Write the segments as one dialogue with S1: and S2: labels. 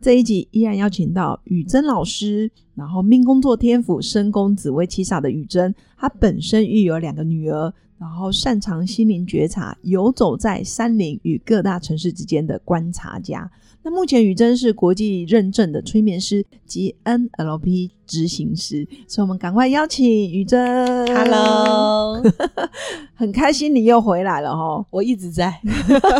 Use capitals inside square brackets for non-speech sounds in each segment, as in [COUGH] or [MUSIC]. S1: 这一集依然邀请到雨珍老师，然后命宫做天府，身宫紫薇七煞的雨珍，她本身育有两个女儿，然后擅长心灵觉察，游走在山林与各大城市之间的观察家。那目前雨珍是国际认证的催眠师及 NLP 执行师，所以我们赶快邀请雨珍。
S2: Hello，
S1: 很开心你又回来了哈。
S2: 我一直在。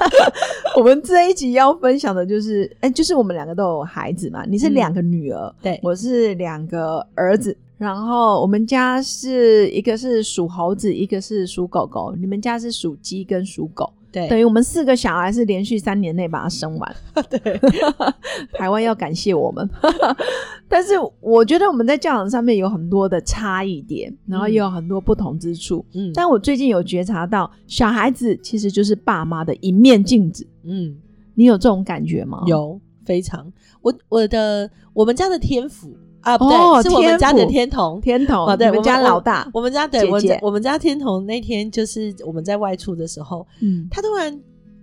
S1: [LAUGHS] 我们这一集要分享的就是，哎、就是我们两个都有孩子嘛，你是两个女儿，
S2: 对
S1: 我是两个儿子。然后我们家是一个是属猴子，一个是属狗狗，你们家是属鸡跟属狗，
S2: 对
S1: 等于我们四个小孩是连续三年内把它生完。
S2: 对，
S1: 台湾要感谢我们， [LAUGHS] 但是我觉得我们在教养上面有很多的差异点，然后也有很多不同之处。
S2: 嗯
S1: 但我最近有觉察到，小孩子其实就是爸妈的一面镜子。
S2: 嗯，
S1: 你有这种感觉吗？，
S2: 有非常。我我的我们家的天府啊，不对，
S1: 哦
S2: 是我们家
S1: 天
S2: 的
S1: 府
S2: 天童。
S1: 天童，
S2: 哦对
S1: 你们家
S2: 我们
S1: 老大，
S2: 我们家对
S1: 姐姐
S2: 我们家我们家天童那天就是我们在外出的时候，
S1: 嗯，
S2: 他突然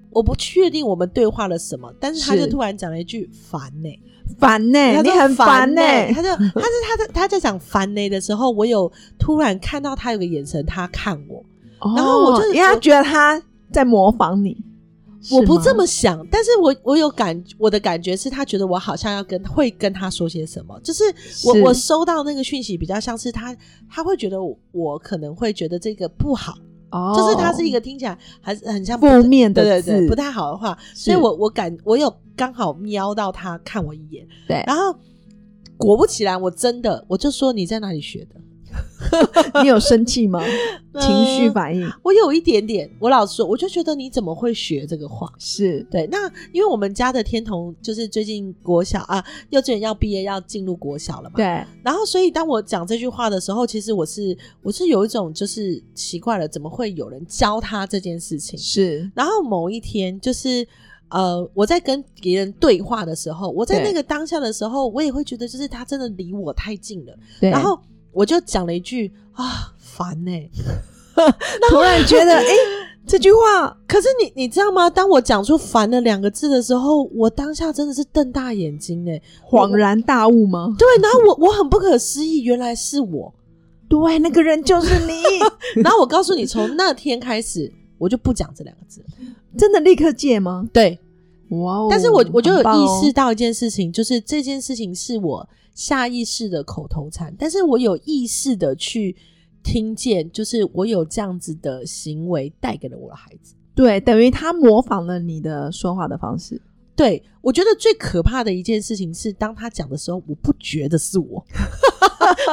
S2: 我不确定我们对话了什么，但是他
S1: 是
S2: 就突然讲了一句烦呢、
S1: 烦呢、
S2: 他
S1: 你
S2: 说
S1: 很烦呢、
S2: 他就他是他在他在讲烦呢、的时候，我有突然看到他有个眼神，他看我，然后我就是
S1: 哦因为他觉得他在模仿你，
S2: 我不
S1: 是吗
S2: 这么想，但是我我有感，我的感觉是他觉得我好像要跟会跟他说些什么，就是我
S1: 是
S2: 我收到那个讯息比较像是他他会觉得我我可能会觉得这个不好，
S1: 哦
S2: 就是他是一个听起来还是很像不
S1: 负面的
S2: 对对
S1: 字，
S2: 对不太好的话，所以
S1: 是
S2: 我我感我有刚好瞄到他看我一眼，
S1: 对
S2: 然后果不其然，我真的我就说你在哪里学的？
S1: 你有生气
S2: [LAUGHS]
S1: 吗？情绪反应
S2: 我有一点点，我老实说，我就觉得你怎么会学这个话？
S1: 是
S2: 对，那因为我们家的天童就是最近国小啊，幼稚园要毕业要进入国小了嘛。。
S1: 对，
S2: 然后，所以当我讲这句话的时候，其实我是我是有一种就是奇怪了，怎么会有人教他这件事情？
S1: 是
S2: 然后某一天，就是呃，我在跟别人对话的时候，我在
S1: 对
S2: 那个当下的时候，我也会觉得就是他真的离我太近了。
S1: 对，
S2: 然后我就讲了一句啊，烦呢、
S1: 突然觉
S2: [LAUGHS]
S1: 得，哎、这句话
S2: 可是你你知道吗？当我讲出“烦”的两个字的时候，我当下真的是瞪大眼睛哎、
S1: 恍然大悟吗？
S2: 对，然后我我很不可思议，原来是我。 [LAUGHS]
S1: 对，那个人就是你，
S2: 然后我告诉你，从那天开始，我就不讲这两个字。
S1: [LAUGHS] 真的立刻戒吗？
S2: 对，
S1: 哇哦！
S2: 但是我我就有
S1: 很棒哦
S2: 意识到一件事情，就是这件事情是我下意识的口头禅，但是我有意识的去听见，就是我有这样子的行为带给了我的孩子。
S1: 对，等于他模仿了你的说话的方式，
S2: 对，我觉得最可怕的一件事情是，当他讲的时候，我不觉得是 [LAUGHS] 我，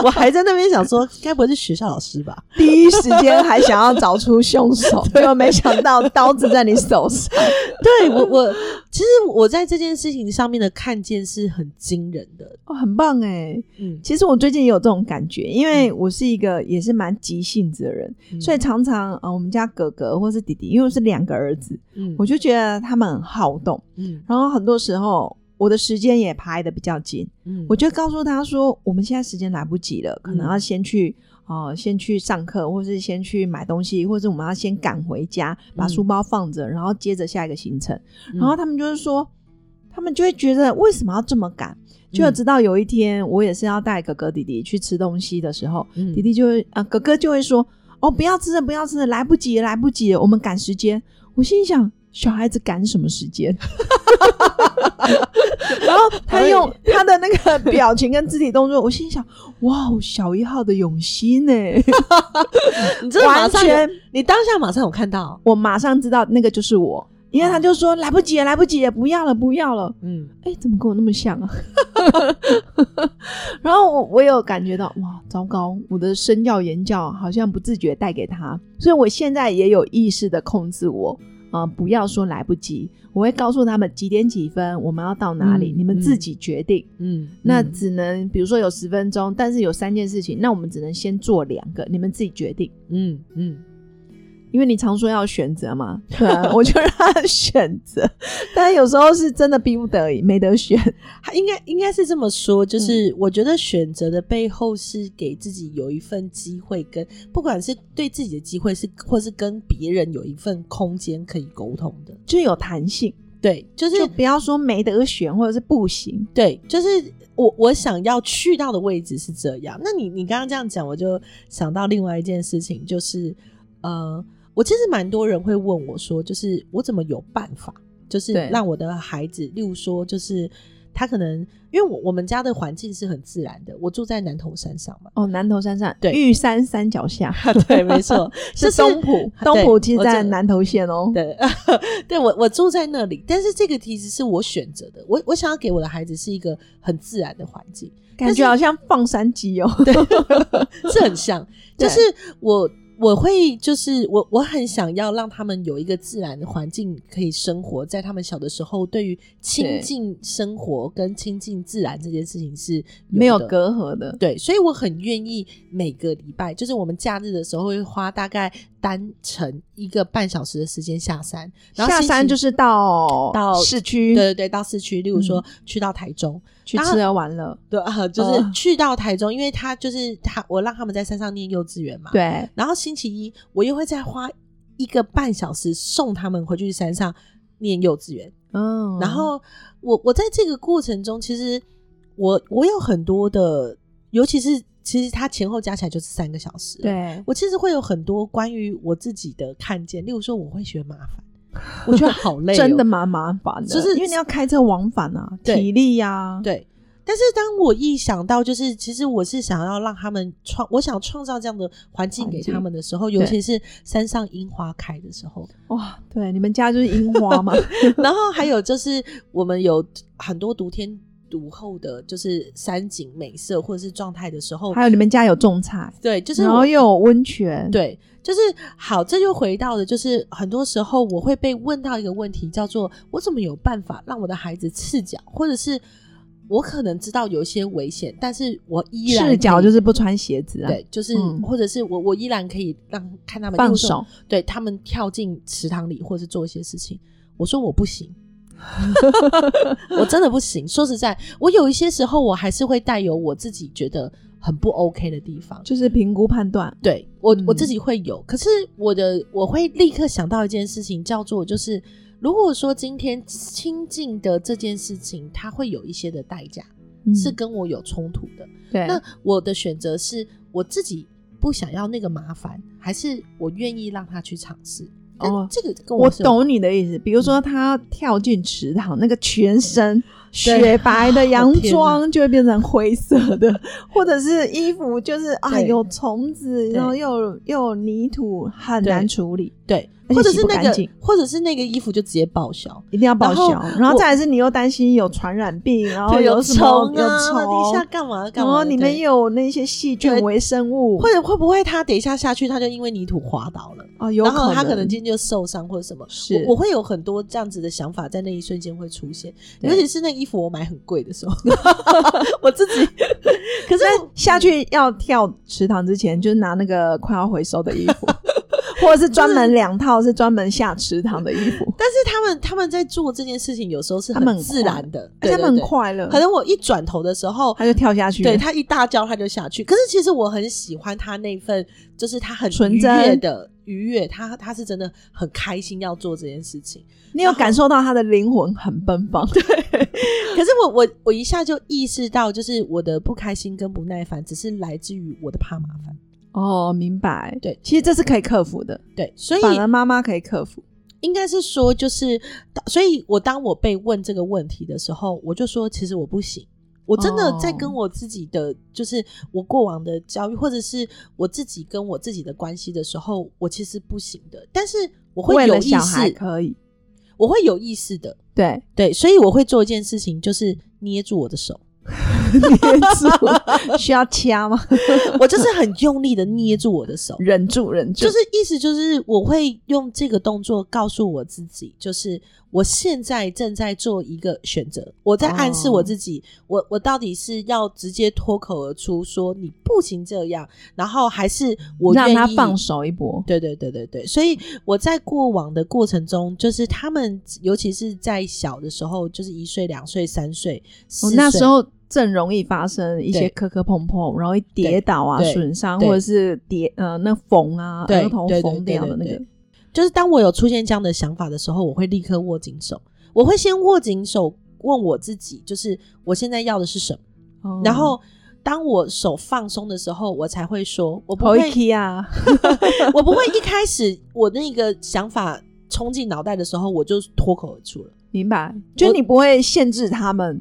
S2: 我还在那边想说，该不会是学校老师吧？ [LAUGHS]
S1: 第一时间还想要找出凶手，结果没想到刀子在你手上。
S2: 对我，我其实我在这件事情上面的看见是很惊人的。
S1: 哦，很棒哎、
S2: 嗯，
S1: 其实我最近也有这种感觉，因为我是一个也是蛮急性子的人，
S2: 嗯
S1: 所以常常呃，我们家哥哥或是弟弟，因为我是两个儿子，
S2: 嗯，
S1: 我就觉得他们很好动，
S2: 嗯
S1: 然后很多时候我的时间也排的比较紧，
S2: 嗯
S1: 我就告诉他说，我们现在时间来不及了，可能
S2: 嗯
S1: 要先去。呃，先去上课，或是先去买东西，或是我们要先赶回家，把
S2: 嗯
S1: 书包放着，然后接着下一个行程。
S2: 嗯
S1: 然后他们就是说，他们就会觉得为什么要这么赶？就
S2: 嗯
S1: 直到有一天，我也是要带哥哥弟弟去吃东西的时候，
S2: 嗯
S1: 弟弟就会啊、哥哥就会说：“哦，不要吃了，不要吃了，来不及了，来不及了，我们赶时间。”我心想，小孩子赶什么时间？ [LAUGHS] 然后他用 [LAUGHS] 他的那个表情跟肢体动作，我心想：“哇，哦，小一号的永新呢、
S2: [LAUGHS] 嗯你真的马
S1: 完
S2: 上有，
S1: 全
S2: 你当下马上有看到，
S1: 我马上知道那个就是我，因为他就说来不及了，来不及了，不要了，不要了。”
S2: 嗯，
S1: 哎、怎么跟我那么像啊？ [LAUGHS] 然后我我有感觉到，哇，糟糕，我的身教言教好像不自觉带给他，所以我现在也有意识的控制我，呃，不要说来不及，我会告诉他们几点几分我们要到哪里，
S2: 嗯
S1: 你们自
S2: 嗯
S1: 己决定。
S2: 嗯，
S1: 那
S2: 嗯
S1: 只能比如说有十分钟，但是有三件事情，那我们只能先做两个，你们自己决定。
S2: 嗯嗯，
S1: 因为你常说要选择嘛，对
S2: [LAUGHS]
S1: 啊、我就让他选择，但有时候是真的逼不得已，没得选。
S2: 还应该应该是这么说，就是我觉得选择的背后是给自己有一份机会跟，不管是对自己的机会是，或是跟别人有一份空间可以沟通的。
S1: 就有弹性，
S2: 对，就是
S1: 就不要说没得选或者是不行。
S2: 对，就是我我想要去到的位置是这样。那你你刚刚这样讲，我就想到另外一件事情，就是呃，我其实蛮多人会问我说，就是我怎么有办法，就是
S1: 对，
S2: 让我的孩子，例如说，就是他可能因为我我们家的环境是很自然的，我住在南头山上嘛
S1: [LAUGHS] 哦，南头山上，
S2: 对
S1: 玉山山脚下
S2: [LAUGHS] 对，
S1: [LAUGHS]
S2: 没错，
S1: 是
S2: 就是
S1: 东浦， [LAUGHS] 东
S2: 对
S1: 浦其实
S2: 我
S1: 在
S2: 这
S1: 南头县哦。
S2: 对， [LAUGHS] 对我我住在那里，但是这个其实是我选择的，我我想要给我的孩子是一个很自然的环境。
S1: 感觉好像放山鸡哦。 [LAUGHS]
S2: 是很像，
S1: 对
S2: 就是我我会就是我我很想要让他们有一个自然的环境可以生活，在他们小的时候，对于亲
S1: 对
S2: 近生活跟亲近自然这件事情是
S1: [LAUGHS] 没有
S2: 的
S1: 隔阂的。
S2: 对，所以我很愿意每个礼拜，就是我们假日的时候会花大概单程一个半小时的时间下山，然后
S1: 下
S2: 星期
S1: 山就是嗯到
S2: 到
S1: 市区
S2: 对对对到市区，例如说、去到台中，
S1: 去
S2: 然后
S1: 吃喝玩乐，
S2: 对啊，就是
S1: 哦
S2: 去到台中，因为他就是他，我让他们在山上念幼稚园嘛，
S1: 对，
S2: 然后星期一我又会再花一个半小时送他们回去山上念幼稚园。
S1: 嗯，
S2: 然后我我在这个过程中，其实我我有很多的，尤其是其实它前后加起来就是三个小时。，
S1: 对，
S2: 我其实会有很多关于我自己的看见，例如说我会学麻
S1: [LAUGHS]
S2: 烦，我觉得好累、哦
S1: 真的？蛮麻烦的，
S2: 就是
S1: 因为你要开车往返啊，
S2: 对
S1: 体力呀，，
S2: 对。但是当我一想到，就是其实我是想要让他们创，我想创造这样的环境
S1: 环
S2: 给
S1: 境
S2: 他们的时候，尤
S1: 对
S2: 其是山上樱花开的时候，
S1: 哇，对，你们家就是樱花
S2: [LAUGHS]
S1: 嘛，
S2: 然后还有就是，我们有很多独天独厚的，就是山景美色或者是状态的时候，
S1: 还有你们家有种菜，
S2: 对，哦就是
S1: 然后
S2: 我
S1: 又有温泉，，
S2: 对，就是好，这就回到的，就是很多时候我会被问到一个问题，叫做我怎么有办法让我的孩子赤脚，或者是我可能知道有一些危险，但是我依然。
S1: 赤脚就是是不穿鞋子啊，
S2: 对，就是、
S1: 嗯
S2: 或者是我我依然可以让看他们
S1: 放
S2: 用手
S1: 手，
S2: 对他们跳进池塘里，或者是做一些事情。我说我不行，
S1: [LAUGHS]
S2: 我真的不行。说实在，我有一些时候我还是会带有我自己觉得很不 OK 的地方。
S1: 就是评估判断，
S2: 对我、
S1: 嗯
S2: 我自己会有，可是我的我会立刻想到一件事情，叫做就是，如果说今天亲近的这件事情，它会有一些的代价，
S1: 嗯
S2: 是跟我有冲突的。
S1: 对，
S2: 那我的选择是我自己不想要那个麻烦，还是我愿意让他去尝试？但
S1: 哦
S2: 这个跟
S1: 我
S2: 是有
S1: 懂你的意思，比如说
S2: 嗯
S1: 他跳进池塘，那个全身雪白的洋
S2: 哦天哪
S1: 装就会变成灰色的，或者是衣服就是啊
S2: 对
S1: 有虫子，然后又有又有泥土，很难处理，
S2: 对，
S1: 而
S2: 或
S1: 且
S2: 者
S1: 洗
S2: 是
S1: 不
S2: 那
S1: 干
S2: 个
S1: 净，
S2: 或者是那个衣服就直接报销，
S1: 一定要报销
S2: 然后。
S1: 然后
S2: 我
S1: 再来是你又担心有传染病，然后
S2: 对有
S1: 什么哦
S2: 虫
S1: 有
S2: 啊，那
S1: 虫哦
S2: 底下干嘛干
S1: 然
S2: 嘛的？
S1: 后里面
S2: 对
S1: 又有那些细菌
S2: 对
S1: 微生物，
S2: 或者会不会他等一下下去，他就因为泥土滑倒了，
S1: 哦有
S2: 然后他可
S1: 可
S2: 能今天就受伤或者什么。
S1: 是
S2: 我我会有很多这样子的想法在那一瞬间会出现，
S1: 对
S2: 尤其是那衣服我买很贵的时候， [LAUGHS] 我自己。 [LAUGHS] 可是我
S1: 下去要跳池塘之前，就是拿那个快要回收的衣
S2: [LAUGHS]
S1: 服，或者是专门两套是专门下池塘的衣服，
S2: 但是他们他们在做这件事情，有时候是
S1: 他们很
S2: 自然的，
S1: 而
S2: 对
S1: 且他们很
S2: 对对
S1: 快乐，
S2: 可能我一转头的时候，
S1: 他就跳下去了，
S2: 对他一大叫他就下去。可是其实我很喜欢他那份，就是他很
S1: 纯
S2: 愉
S1: 真
S2: 悦的愉悦，他他是真的很开心要做这件事情。
S1: 你有感受到他的灵魂很奔
S2: [LAUGHS]
S1: 放，对，
S2: 可是我我我一下就意识到，就是我的不开心跟不耐烦，只是来自于我的怕麻烦。
S1: [LAUGHS] 哦，明白，
S2: 对
S1: 其实这是可以克服的，
S2: 对，所以
S1: 反而妈妈可以克服，
S2: 应该是说，就是，所以我当我被问这个问题的时候，我就说，其实我不行。我真
S1: 哦
S2: 的在跟我自己的就是我过往的教育，或者是我自己跟我自己的关系的时候，我其实不行的。但是我会
S1: 为
S2: 有
S1: 了
S2: 意
S1: 小孩
S2: 识，
S1: 可以，
S2: 我会有意识的，
S1: 对， [LAUGHS]
S2: 对，所以我会做一件事情，就是捏住我的手。 [LAUGHS]
S1: 捏住，需要掐吗？ [LAUGHS]
S2: 我就是很用力的捏住我的手，
S1: 忍住，忍住，
S2: 就是意思就是我会用这个动作告诉我自己，就是我现在正在做一个选择，我在暗
S1: 哦
S2: 示我自己，我我到底是要直接脱口而出说你不行这样，然后还是我
S1: 让
S2: 愿
S1: 他
S2: 意
S1: 放手一搏。
S2: 对对对对对，所以我在过往的过程中，就是他们，尤其是在小的时候，就是一岁、两岁、三岁、四
S1: 哦
S2: 岁，
S1: 那时候正容易发生一些
S2: 对
S1: 磕磕碰碰，然后一跌倒啊、
S2: 对对
S1: 损伤，
S2: 对
S1: 或者是跌呃那缝啊、
S2: 对
S1: 额头
S2: 对对
S1: 缝掉的那
S2: 对对
S1: 个
S2: 对。就是当我有出现这样的想法的时候，我会立刻握紧手，我会先握紧手，问我自己，就是我现在要的是什么，
S1: 哦
S2: 然后。当我手放松的时候，我才会说，我不
S1: 头一
S2: 会，
S1: k 啊，
S2: 我不会一开始我那个想法冲进脑袋的时候，我就脱口而出了。
S1: 明白？就你不会限制他们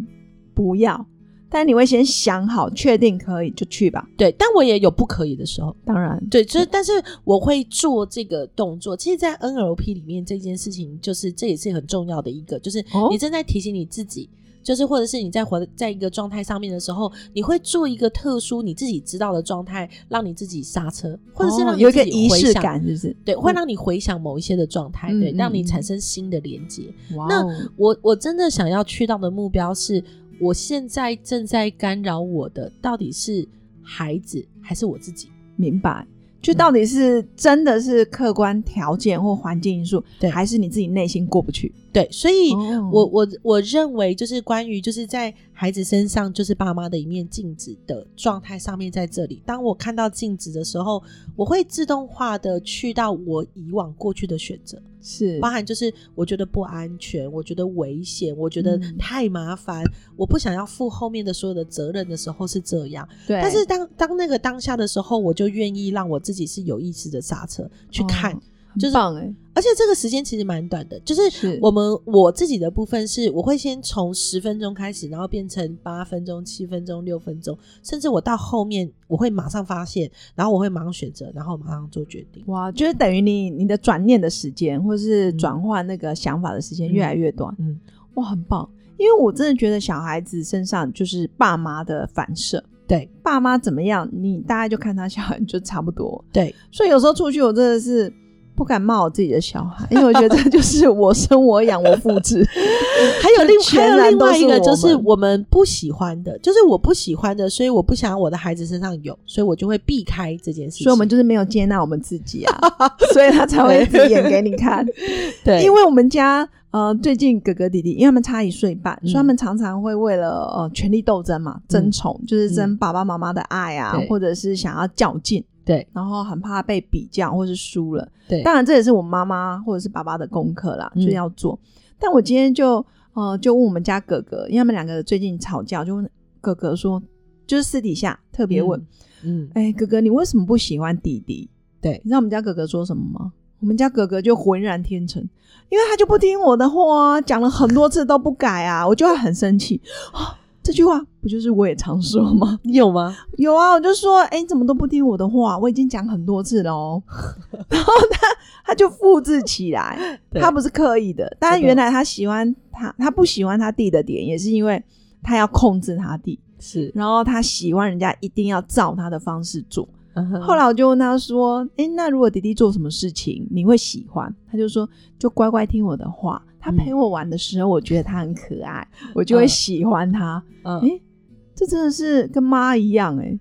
S1: 不要，但你会先想好，确定可以就去吧。
S2: 对，但我也有不可以的时候，
S1: 当然，
S2: 对，就是但是我会做这个动作。其实，在 NLP 里面，这件事情就是这也是很重要的一个，就是
S1: 哦
S2: 你正在提醒你自己。就是，或者是你在活在一个状态上面的时候，你会做一个特殊你自己知道的状态，让你自己刹车，或者是让
S1: 哦
S2: 你
S1: 有一个
S2: 自己
S1: 仪
S2: 回
S1: 式
S2: 想，
S1: 感，是不是？
S2: 对，会让你回想某一些的状态，
S1: 嗯
S2: 对，
S1: 嗯
S2: 让你
S1: 嗯
S2: 产生新的连接。
S1: 哇
S2: 那
S1: 哦
S2: 我我真的想要去到的目标是，我现在正在干扰我的到底是孩子还是我自己？
S1: 明白，就到底是真的是客观条件或环境因素，
S2: 对
S1: 还是你自己内心过不去？
S2: 对，所以
S1: 哦
S2: 我我我认为就是关于就是在孩子身上就是爸妈的一面镜子的状态上面，在这里，当我看到镜子的时候，我会自动化的去到我以往过去的选择，
S1: 是
S2: 包含就是我觉得不安全，我觉得危险，我觉得
S1: 嗯
S2: 太麻烦，我不想要负后面的所有的责任的时候是这样。
S1: 对，
S2: 但是当当那个当下的时候，我就愿意让我自己是有意识的刹车去看
S1: 哦，很
S2: 就是
S1: 棒哎，
S2: 而且这个时间其实蛮短的，就是是我们我自己的部分是，我会先从十分钟开始，然后变成八分钟、七分钟、六分钟，甚至我到后面我会马上发现，然后我会马上选择，然后马上做决定。
S1: 哇，就是等于你你的转念的时间，或是转换那个想法的时间
S2: 嗯
S1: 越来越短，
S2: 嗯，
S1: 哇，很棒。因为我真的觉得小孩子身上就是爸妈的反射，
S2: 对
S1: 爸妈怎么样，你大概就看他小孩 [LAUGHS] 就差不多。
S2: 对，
S1: 所以有时候出去，我真的是不敢骂我自己的小孩，因为我觉得就是我生我养我复
S2: [LAUGHS]
S1: 制。
S2: 还有另还
S1: 全
S2: 有
S1: 然
S2: 另
S1: 都
S2: 外
S1: 是
S2: 一个就
S1: 我
S2: 是
S1: 们
S2: 我们不喜欢的，就是我不喜欢的，所以我不想我的孩子身上有，所以我就会避开这件事情。
S1: 所以我们就是没有接纳我们自己啊，所以他才会一直演给你看。
S2: 对，
S1: 因为我们家呃最近哥哥弟弟，因为他们差一岁半，
S2: 嗯
S1: 所以他们常常会为了呃权力斗争嘛，争宠，就是争爸爸妈妈的爱啊，
S2: 对
S1: 或者是想要较劲，
S2: 对
S1: 然后很怕被比较或是输了。
S2: 对
S1: 当然这也是我妈妈或者是爸爸的功课啦，
S2: 嗯
S1: 就要做。但我今天就呃就问我们家哥哥，因为他们两个最近吵架，就问哥哥说，就是私底下特别问，
S2: 嗯，嗯，
S1: 哎、哥哥，你为什么不喜欢弟弟？
S2: 对
S1: 你知道我们家哥哥说什么吗？我们家哥哥就浑然天成，因为他就不听我的话、啊，讲了很多次都不改啊，我就会很生气啊。这句话不就是我也常说吗？ [LAUGHS]
S2: 你有吗？
S1: 有啊，我就说，哎、你怎么都不听我的话？我已经讲很多次了哦。 [LAUGHS] 然后他他就复制起来，
S2: 对
S1: 他不是刻意的，但原来他喜欢他，他不喜欢他弟的点，也是因为他要控制他弟，
S2: 是，
S1: 然后他喜欢人家一定要照他的方式做。后
S2: 后
S1: 来我就问他说：“诶，那如果弟弟做什么事情，你会喜欢？”他就说：“就乖乖听我的话。”他
S2: 嗯
S1: 陪我玩的时候，我觉得他很可爱，我就会
S2: 嗯
S1: 喜欢他。
S2: 嗯
S1: 诶，这真的是跟妈一样诶，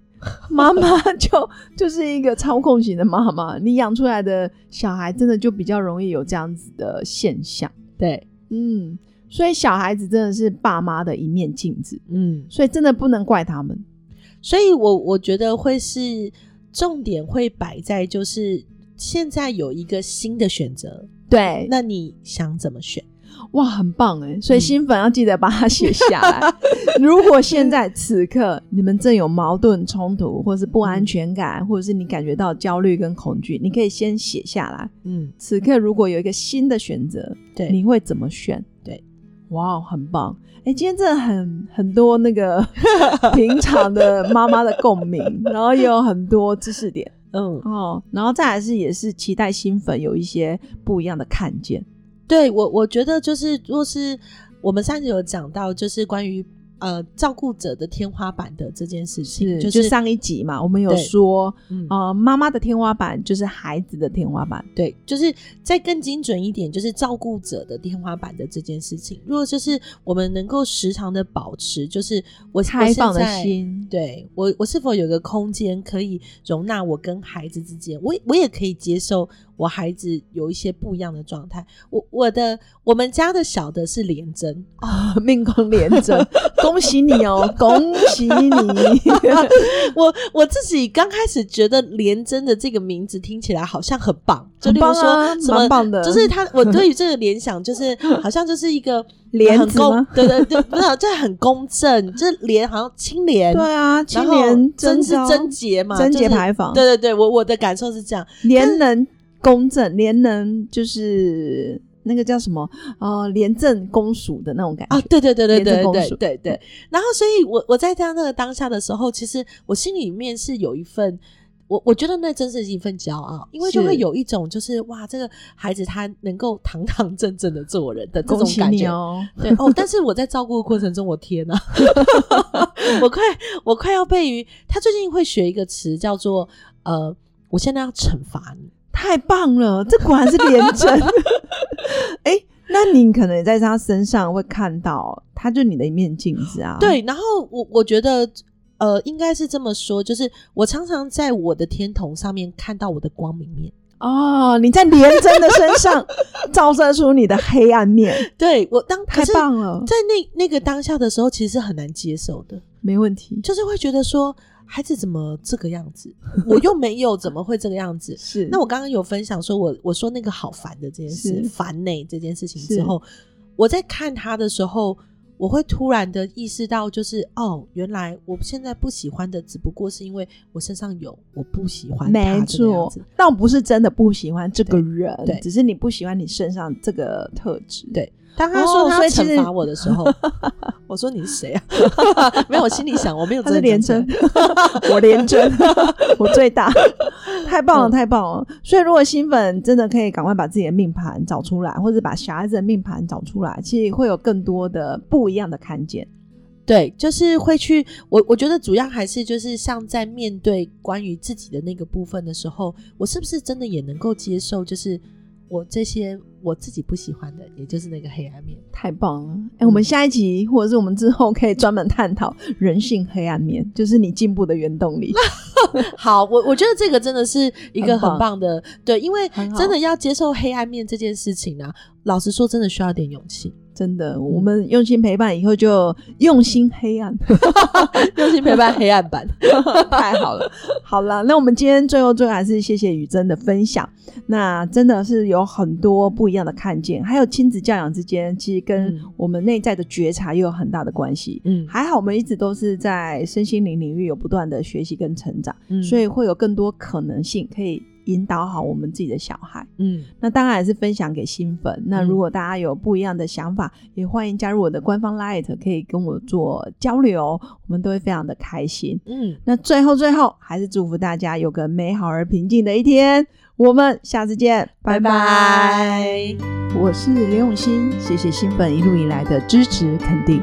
S1: 妈妈就 [LAUGHS] 就是一个操控型的妈妈，你养出来的小孩真的就比较容易有这样子的现象。
S2: 对，
S1: 嗯，所以小孩子真的是爸妈的一面镜子，
S2: 嗯。
S1: 所以真的不能怪他们。
S2: 所以我我觉得会是重点会摆在就是现在有一个新的选择，
S1: 对，
S2: 那你想怎么选？
S1: 哇，很棒哎！所以
S2: 嗯
S1: 新粉要记得把它写下来。如果现在此刻你们正有矛盾冲突，或是不安全感，或者是你感觉到焦虑跟恐惧，你可以先写下来。
S2: 嗯，
S1: 此刻如果有一个新的选择，
S2: 对
S1: 你会怎么选？
S2: 对，
S1: 哇，很棒！哎，今天真的很很多那
S2: [LAUGHS]
S1: 个平常的妈妈的共鸣，然后也有很多知识点
S2: 嗯，
S1: 哦，然后再来是也是期待新粉有一些不一样的看见。
S2: 对我我觉得就是，若是我们上次有讲到，就是关于呃照顾者的天花板的这件事情，
S1: 是，
S2: 是
S1: 嗯就上一集嘛，我们有
S2: 对
S1: 说，
S2: 嗯
S1: 呃，妈妈的天花板就是孩子的天花板，
S2: 对，就是再更精准一点，就是照顾者的天花板的这件事情。如果就是我们能够时常的保持，就是我
S1: 开放的，
S2: 我现在
S1: 心，
S2: 对我我是否有一个空间可以容纳我跟孩子之间，我我也可以接受我孩子有一些不一样的状态。我我的我们家的小的是连针，
S1: 命宫连着，恭喜你哦，恭喜你，
S2: 我我自己刚开始觉得连真的这个名字听起来好像很棒， [LAUGHS] 就
S1: 很
S2: 例如
S1: 棒
S2: 说
S1: 啊
S2: 什么，
S1: 蛮棒的
S2: 就是他
S1: [LAUGHS]
S2: 我对于这个联想就是好像就是一个
S1: 莲
S2: 很
S1: 子
S2: 公
S1: 吗，
S2: 对对对，不是，这很公正，就是莲好像清廉，
S1: 对啊，
S2: 然
S1: 青
S2: 后
S1: 年
S2: 真是
S1: 招
S2: 贞洁嘛，
S1: 贞
S2: 就
S1: 洁
S2: 是
S1: 牌坊，
S2: 对对对，我我的感受是这样，
S1: 廉能公正，廉能就是那个叫什么呃，廉政公署的那种感觉。
S2: 啊，对对对对
S1: 廉政
S2: 对
S1: 公嗯
S2: 对
S1: 署
S2: 对对。然后，所以我我在这样那个当下的时候，其实我心里面是有一份。我我觉得那真是一份骄傲，因为就是会有一种就是哇，这个孩子他能够堂堂正正的做人的这
S1: 恭
S2: 种
S1: 喜
S2: 感
S1: 你
S2: 觉。
S1: 哦！
S2: 对哦，但是我在照顾的过程中，我天呐、 [LAUGHS] 我快我快要被于他最近会学一个词叫做呃，我现在要惩罚你。
S1: 太棒了，这果然是廉政。 [LAUGHS] 哎、那你可能也在他身上会看到，他就你的一面镜子啊。，
S2: 对，然后我我觉得，呃，应该是这么说，就是我常常在我的天童上面看到我的光明面。
S1: 哦，你在廉政的身上照射出你的黑暗面，
S2: 对我当
S1: 太，
S2: [LAUGHS] 可
S1: 棒了
S2: 是，在那那个当下的时候，其实是很难接受的，
S1: 没问题。
S2: 就是会觉得说，孩子怎么这个样子？我又没有，怎么会这个样子？
S1: 是，
S2: 那我刚刚有分享说我我说那个好烦的这件事
S1: 是，
S2: 烦呢、这件事情
S1: 是
S2: 之后，我在看他的时候，我会突然的意识到，就是哦，原来我现在不喜欢的，只不过是因为我身上有我不喜欢
S1: 没
S2: 他这个样
S1: 错
S2: 子。，
S1: 倒不是真的不喜欢这个人，
S2: 对
S1: 只是你不喜欢你身上这个特质。
S2: 对当他说
S1: 哦
S2: 他
S1: 所
S2: 要
S1: 以其
S2: 惩
S1: 实
S2: 罚我的时候，我说你是谁啊？ [LAUGHS] 没有，我心里想我没有
S1: [LAUGHS] 他
S2: 真
S1: 是
S2: 的
S1: 连
S2: 讲 [LAUGHS]
S1: 针
S2: 出
S1: [LAUGHS]
S2: 来，
S1: 我连针，我最
S2: [LAUGHS]
S1: 大，太棒了，
S2: 嗯
S1: 太棒了！所以，如果新粉真的可以赶快把自己的命盘找出来，或者把小孩子的命盘找出来，其实会有更多的不一样的看见。
S2: 对，就是会去我我觉得主要还是就是像在面对关于自己的那个部分的时候，我是不是真的也能够接受，就是我这些我自己不喜欢的，也就是那个黑暗面。 [LAUGHS]
S1: 太棒了！哎、我
S2: 嗯
S1: 们下一集或者是我们之后可以专门探讨人性黑暗面，就是你进步的原动
S2: [LAUGHS]
S1: 力。
S2: 好，我我觉得这个真的是一个
S1: 很棒
S2: 很棒的，对，因为
S1: 很好
S2: 真的要接受黑暗面这件事情呢、老实说，真的需要点勇气。
S1: 真的，
S2: 嗯
S1: 我们用心陪伴以后就用心黑暗。 [LAUGHS]
S2: 用心陪伴黑暗版，
S1: 太好了，好了，那我们今天最后最后还是谢谢雨珍的分享。那真的是有很多不一样的看见，还有亲子教养之间，其实跟
S2: 嗯
S1: 我们内在的觉察又有很大的关系。
S2: 嗯，
S1: 还好我们一直都是在身心灵领域有不断的学习跟成长，
S2: 嗯
S1: 所以会有更多可能性可以引导好我们自己的小孩。
S2: 嗯，
S1: 那当然也是分享给新粉。那
S2: 嗯
S1: 如果大家有不一样的想法，也欢迎加入我的官方 Light，可以跟我做交流，我们都会非常的开心。
S2: 嗯，
S1: 那最后最后，还是祝福大家有个美好而平静的一天。我们下次见，拜拜。我是刘永新，谢谢新粉一路以来的支持肯定。